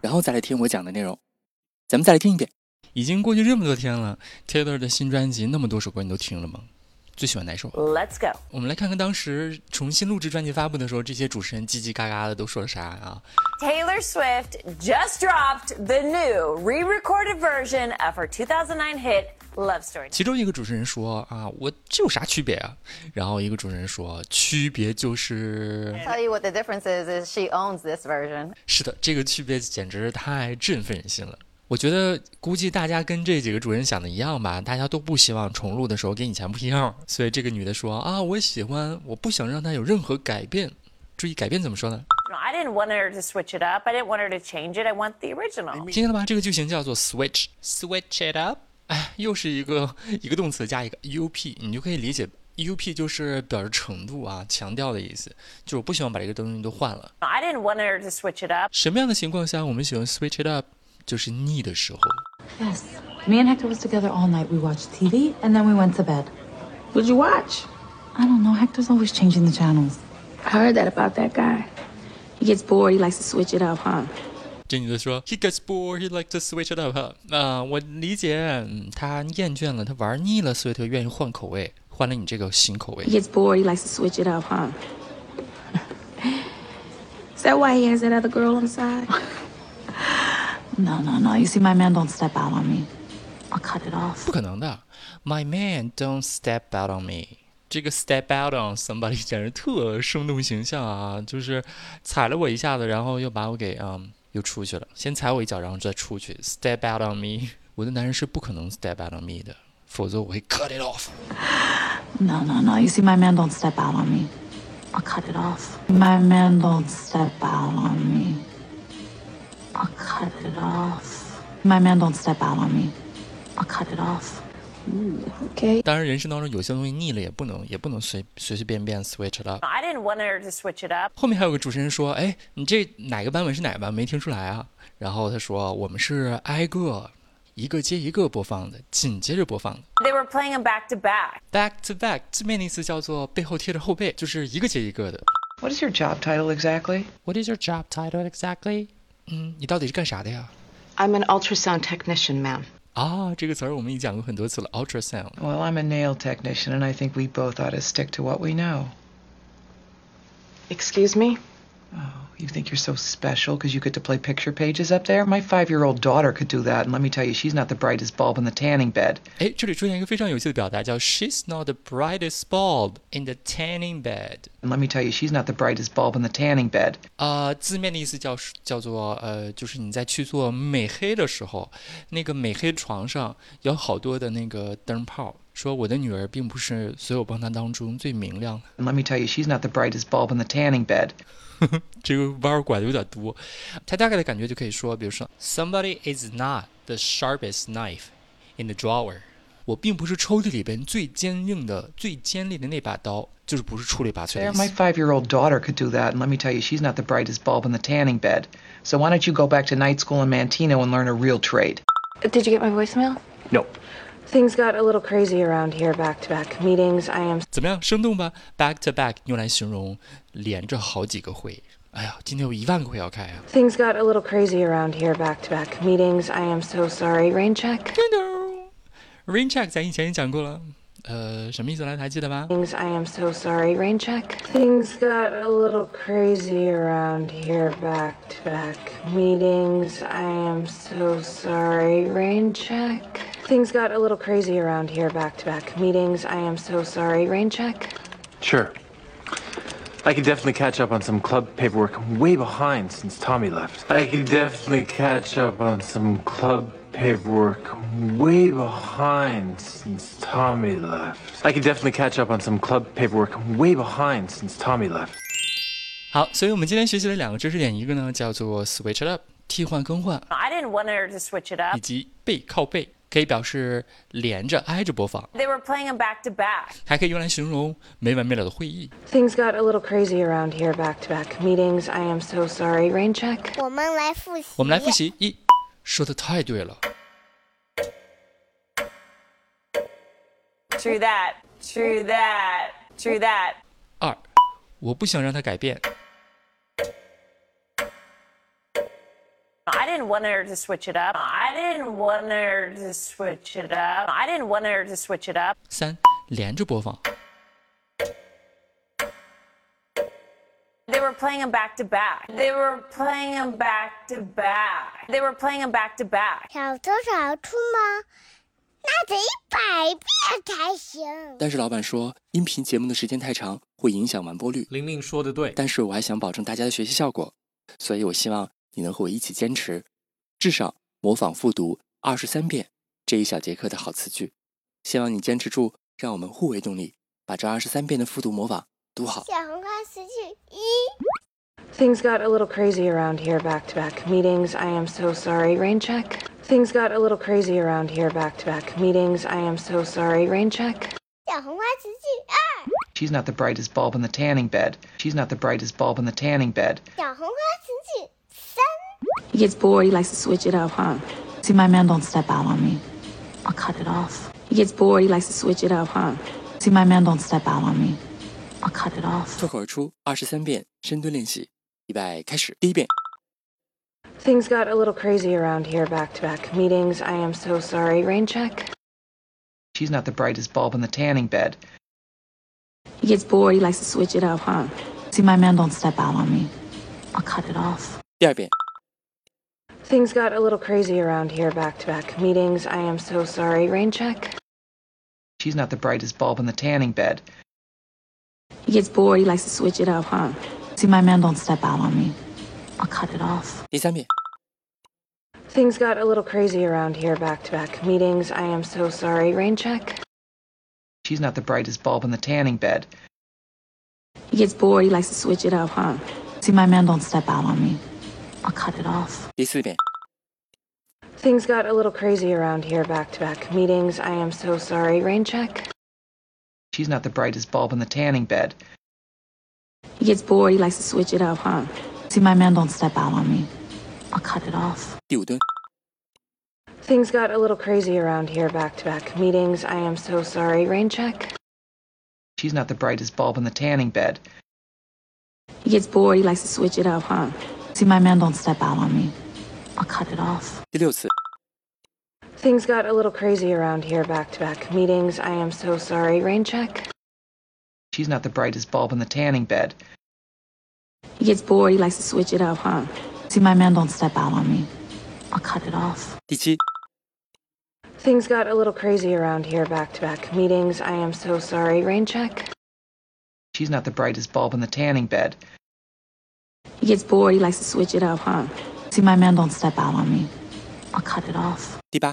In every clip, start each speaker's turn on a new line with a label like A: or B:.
A: 然后再来听我讲的内容。咱们再来听一遍。已经过去这么多天了，Taylor 的新专辑那么多首歌你都听了吗？最喜欢哪首？
B: Let's go.
A: 我们来看看当时重新录制专辑发布的时候，这些主持人叽叽嘎嘎的都说了啥啊？
B: Taylor Swift just dropped the new re recorded version of her 2009 hit Love Story.
A: 其中一个主持人说啊，我这有啥区别啊？然后一个主持人说，区别就是，
C: tell you what the difference is is she owns this version.
A: 是的，这个区别简直太振奋人心了。我觉得估计大家跟这几个主人想的一样吧，大家都不希望重录的时候跟以前不一样，所以这个女的说啊，我喜欢，我不想让她有任何改变。注意改变怎么说呢？
B: No, I didn't want her to switch it up. I didn't want her to change it. I want the original.
A: 听见了吧？这个句型叫做 switch switch it up，哎，又是一个 一个动词加一个 up，你就可以理解 up 就是表示程度啊、强调的意思，就是我不希望把这个东西都换了。
B: No, I didn't want her to switch it up.
A: 什么样的情况下我们喜欢 switch it up？就是腻的时候。
D: Yes. Me and Hector was together all night. We watched TV and then we went to bed.
E: What'd you watch?
D: I don't know. Hector's always changing the channels.
E: I heard that about that guy. He gets bored, he likes to switch it up, huh?
A: 这女的说，He gets bored, he likes to switch it up 啊、我理解，嗯他厌倦了，他玩腻了，所以他愿意换口味，换了你这个新口味
E: He。gets bored, he likes to switch it up, huh? Is that why he has that other girl on the side?
D: No, no, no. You see, my man don't step out on me. I'll cut it off.
A: 不可能的，My man don't step out on me。这个 step out on somebody 简直特生动形象啊，就是踩了我一下子，然后又把我给嗯又出去了，先踩我一脚，然后再出去，step out on me。我 的男人是不可能 step out on me 的，否则我会 cut it off。
D: No, no, no. You see, my man don't step out on me. I'll cut it off. My man don't step out on me. I'll cut it off. My man don't step out on me. I'll cut it off.
E: Okay.
A: 当然，人生当中有些东西腻了也不能也不能随随随便便 switch it up。
B: No, I didn't want her to switch it up.
A: 后面还有个主持人说：“哎，你这哪个版本是哪个版？没听出来啊？”然后他说：“我们是挨个一个接一个播放的，紧接着播放的。
B: They were playing them back to back.
A: back to back 字面的意思叫做背后贴着后背，就是一个接一个的。
F: What is your job title exactly?
A: What is your job title exactly？嗯，你到底是干啥的呀？
G: I'm an ultrasound technician, ma'am.
A: 啊，这个词儿我们已经讲过很多次了，ultrasound。
F: Well, I'm a nail technician, and I think we both ought to stick to what we know.
G: Excuse me?
F: Oh, you think you're so special because you get to play picture pages up there? My five year old daughter could do that, and let me tell you, she's not the brightest bulb in the tanning bed.
A: 哎，这里出现一个非常有趣的表达，叫 She's not the brightest bulb in the tanning bed。
F: And let me tell you, she's not the brightest bulb in the tanning bed.
A: 呃，字面的意思叫是叫做呃，就是你在去做美黑的时候，那个美黑床上有好多的那个灯泡。说我的女儿并不是所有帮她当中最明亮的，
F: And let me tell you, she's not the brightest bulb in the tanning bed.
A: 这个弯儿拐的有点多。他大概的感觉就可以说，比如说，Somebody is not the sharpest knife in the drawer。我并不是抽屉里边最坚硬的、最尖利的那把刀，就是不是出类拔萃的
F: There,
A: 意思
F: my five year old daughter could do that, and let me tell you, she's not the brightest bulb in the tanning bed. So why don't you go back to night school in Mantino and learn a real trade?
H: Did you get my voicemail?
I: No.
H: Things got a little crazy around here, back to back meetings. I am
A: 怎么样，生动吧？Back to back 用来形容连着好几个会。哎呀，今天有一万个会要开啊！
H: things got a little crazy around here, back to back meetings. I am so sorry. Rain check.
A: Rain check 咱以前也讲过了，呃，什么意思来着？还记得吧？
H: Things I am so sorry. Rain check. Things got a little crazy around here, back to back meetings. I am so sorry. Rain check. Things got a little crazy around here, back to back meetings. I am so sorry. Rain check.
I: Sure. I could definitely catch up on some club paperwork. I'm way behind since Tommy left. I could definitely catch up on some club paperwork. I'm way behind since Tommy left. I could definitely catch up on some club paperwork. I'm way behind since Tommy left.
A: 好，所以我们今天学习了两个知识点，一个呢叫做 switch it up，替换更换
B: I didn't want her to switch it
A: 以
B: up.
A: 及背靠背，可以表示连着挨着播放，
B: They were playing them back to back.
A: 还可以用来形容没完没了的会议。
H: Things got a little crazy around here back to back meetings. I am so sorry. Rain check.
J: 我们来复习。
A: 我们来复。习一，说的太对了，
B: True that. True that. True that.
A: 二，我不想让它改变，
B: I didn't want her to switch it up. I didn't want her to switch it up. I didn't want her to switch it up.
A: 三，连着播放，
B: They were playing them back to back. They were playing them back to back. They were playing them back to back.
J: 小偷小兔吗？那得一百遍才行。
A: 但是老板说音频节目的时间太长会影响完播率，
K: 玲玲说的对，
A: 但是我还想保证大家的学习效果，所以我希望你能和我一起坚持，至少模仿复读二十三遍这一小节课的好词句。希望你坚持住，让我们互为动力，把这二十三遍的复读模仿读好。
J: 小红花词句一，
H: Things got a little crazy around here back to back meetings. I am so sorry. Rain check. Things got a little crazy around here back to back meetings. I am so sorry. Rain check.
J: 小红花词句
F: She's not the brightest bulb in the tanning bed. She's not the brightest bulb in the tanning bed.
J: 二，小红花词句三，
E: He gets bored. He likes to switch it up, huh?
D: See, my man don't step out on me. I'll cut it off.
E: He gets bored. He likes to switch it up, huh?
D: See, my man don't step out on me. I'll cut it off.
A: 脱口而出二十三遍深蹲练习，预备开始。第一遍，
H: Things got a little crazy around here back to back meetings. I am so sorry. Rain check.
F: She's not the brightest bulb in the tanning bed.
E: He gets bored. He likes to switch it up, Oh, huh?
D: See, my man don't step out on me. I'll cut it off.
A: 第二遍，
H: Things got a little crazy around here back to back meetings. I am so sorry. Rain check.
F: She's not the brightest bulb in the tanning bed.
E: He gets bored. He likes to switch it up, huh?
D: See, my man don't step out on me. I'll cut it off.
A: 第三遍，
H: Things got a little crazy around here back to back meetings. I am so sorry. Rain check.
F: She's not the brightest bulb in the tanning bed.
E: He gets bored. He likes to switch it up, huh?
D: See, my man don't step out on me. I'll cut it off.
A: 第四遍，
H: Things got a little crazy around here back to back meetings. I am so sorry. Rain check.
F: She's not the brightest bulb in the tanning bed.
E: He gets bored. He likes to switch it up, huh?
D: See, my man don't step out on me. I'll cut it off.
A: 第五蹲，
H: Things got a little crazy around here back to back meetings. I am so sorry. Rain check.
F: She's not the brightest bulb in the tanning bed.
E: He gets bored. He likes to switch it up, huh?
D: See, my man don't step out on me. I'll cut it off.
A: 第六次，
H: Things got a little crazy around here back to back meetings. I am so sorry. Rain check.
F: She's not the brightest bulb in the tanning bed.
E: He gets bored. He likes to switch it up, huh?
D: See, my man don't step out on me. I'll cut it off.
A: 第七，
H: Things got a little crazy around here back to back meetings. I am so sorry. Rain check.
F: She's not the brightest bulb in the tanning bed.
E: He gets bored. He likes to switch it up, huh?
D: See, my man don't step out on me. I'll cut it off.
A: 第八，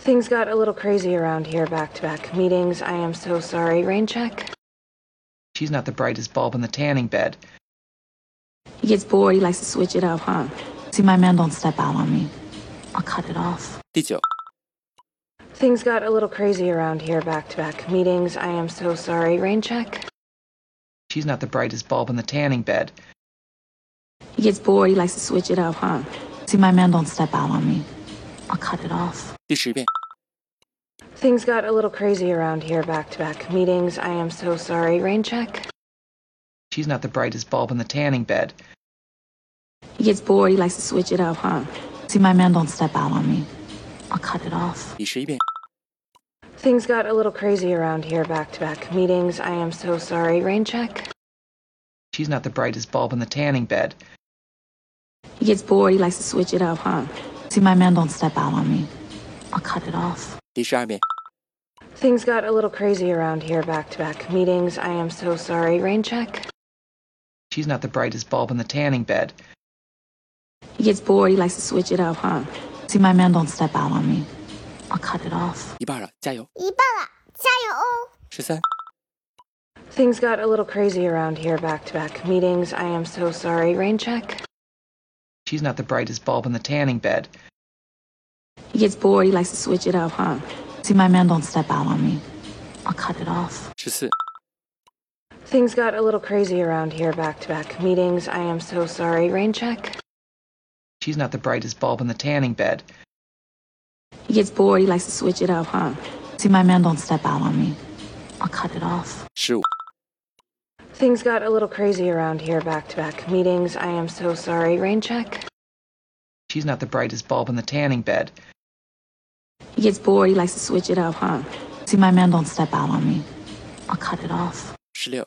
H: Things got a little crazy around here back to back meetings. I am so sorry. Rain check.
F: She's not the brightest bulb in the tanning bed.
E: He gets bored. He likes to switch it up, huh?
D: See, my man don't step out on me. I'll cut it off.
A: 第九，
H: Things got a little crazy around here back to back meetings. I am so sorry. Rain check.
F: She's not the brightest bulb in the tanning bed.
E: He gets bored. He likes to switch it up, huh?
D: See, my man don't step out on me. I'll cut it off.
A: 第十遍，
H: Things got a little crazy around here back to back meetings. I am so sorry. Rain check.
F: She's not the brightest bulb in the tanning bed.
E: He gets bored. He likes to switch it up, huh?
D: See, my man don't step out on me. I'll cut it off.
A: 第十一遍，
H: Things got a little crazy around here back to back meetings. I am so sorry. Rain check.
F: She's not the brightest bulb in the tanning bed.
E: He gets bored. He likes to switch it up, huh?
D: See, my man don't step out on me. I'll cut it off.
A: 第十二遍，
H: Things got a little crazy around here back to back meetings. I am so sorry. Rain check.
F: She's not the brightest bulb in the tanning bed.
E: He gets bored. He likes to switch it up, huh?
D: See, my man don't step out on me. I'll cut it off.
A: 一半了，加油！
J: 一半了，加油哦！
A: 十三、
H: Things got a little crazy around here back to back meetings. I am so sorry. Rain check.
F: She's not the brightest bulb in the tanning bed.
E: He gets bored. He likes to switch it up, huh?
D: See, my man don't step out on me. I'll cut it off.
A: 十四、
H: Things got a little crazy around here back to back meetings. I am so sorry. Rain check.
F: She's not the brightest bulb in the tanning bed.
E: He gets bored. He likes to switch it up, huh?
D: See, my man don't step out on me. I'll cut it off.
A: 十五、
H: Things got a little crazy around here back to back meetings. I am so sorry. Rain check.
F: She's not the brightest bulb in the tanning bed.
E: He gets bored. He likes to switch it up, huh?
D: See, my man don't step out on me. I'll cut it off.
A: 十六、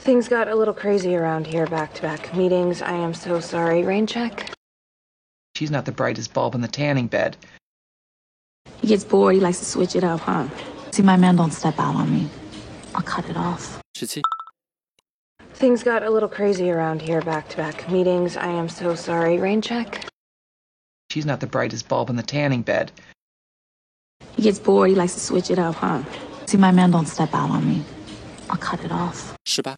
H: Things got a little crazy around here back to back meetings. I am so sorry. Rain check.
F: She's not the brightest bulb in the tanning bed.
E: He gets bored. He likes to switch it up, Oh, huh?
D: See, my man don't step out on me. I'll cut it off.
A: 十七、
H: Things got a little crazy around here back to back meetings. I am so sorry. Rain check.
F: She's not the brightest bulb in the tanning bed.
E: He gets bored. He likes to switch it up, huh?
D: See, my man don't step out on me. I'll cut it off.
A: 十八、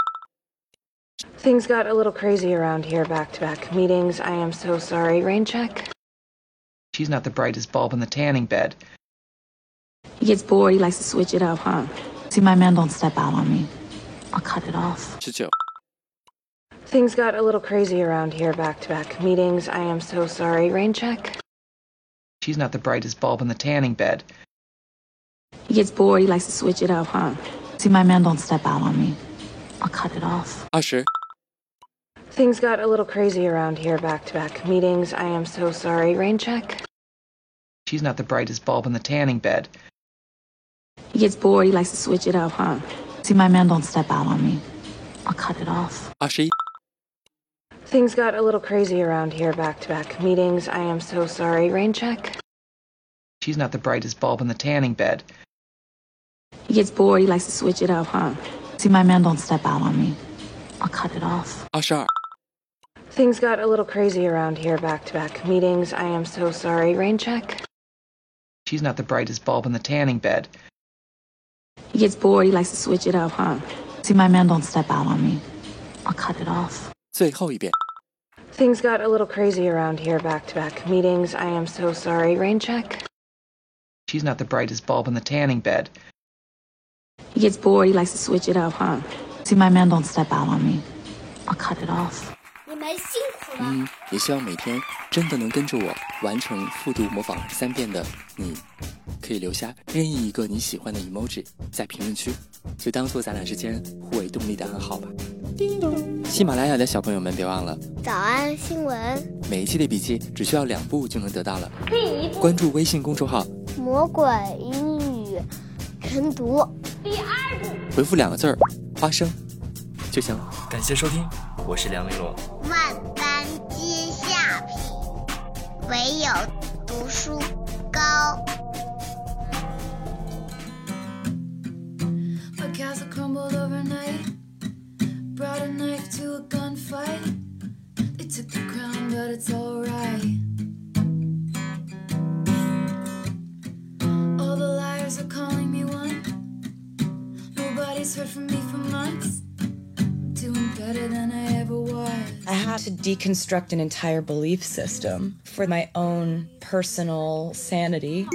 H: Things got a little crazy around here back to back meetings. I am so sorry. Rain check.
F: She's not the brightest bulb in the tanning bed.
E: He gets bored. He likes to switch it up, huh?
D: See, my man don't step out on me. I'll cut it off.
A: 十九、
H: Things got a little crazy around here back to back meetings. I am so sorry. Rain check.
F: She's not the brightest bulb in the tanning bed.
E: He gets bored. He likes to switch it up, huh?
D: See, my man don't step out on me. I'll cut it off.
A: 二十、
H: Things got a little crazy around here back to back meetings. I am so sorry. Rain check.
F: She's not the brightest bulb in the tanning bed.
E: He gets bored. He likes to switch it up, huh?
D: See, my man don't step out on me. I'll cut it off.
A: 二十一、
H: Things got a little crazy around here back to back meetings. I am so sorry. Rain check.
F: She's not the brightest bulb in the tanning bed.
E: He gets bored. He likes to switch it up, huh?
D: See, my man don't step out on me. I'll cut it off.
A: 二十二、
H: Things got a little crazy around here back to back meetings. I am so sorry. Rain check.
F: She's not the brightest bulb in the tanning bed.
E: He gets bored. He likes to switch it up, huh?
D: See, my man don't step out on me. I'll cut it off.
A: 最后一遍。
H: Things got a little crazy around here back to back meetings. I am so sorry. Rain check.
F: She's not the brightest bulb in the tanning bed.
E: He gets bored. He likes to switch it up, huh?
D: See, my man don't step out on me. I'll cut it off.
J: 你们辛苦了。
A: 嗯，也希望每天真的能跟着我完成复读模仿三遍的你，可以留下任意一个你喜欢的 emoji 在评论区，就当做咱俩之间互为动力的暗号吧。叮咚！喜马拉雅的小朋友们别忘了，
J: 早安新闻，
A: 每一期的笔记只需要两步就能得到了。
L: 第一步，
A: 关注微信公众号，
J: 魔鬼英语晨读。
L: 第二步，
A: 回复两个字儿“花生”就行了。感谢收听，我是梁丽罗。
J: 万般皆下品，唯有读书高。
K: A castle crumbled overnight. Brought a knife to a gunfight. They took the crown, but it's alright. All the liars are calling me one. Nobody's heard from me for months. I'm doing better than I ever was.
M: I had to deconstruct an entire belief system for my own personal sanity.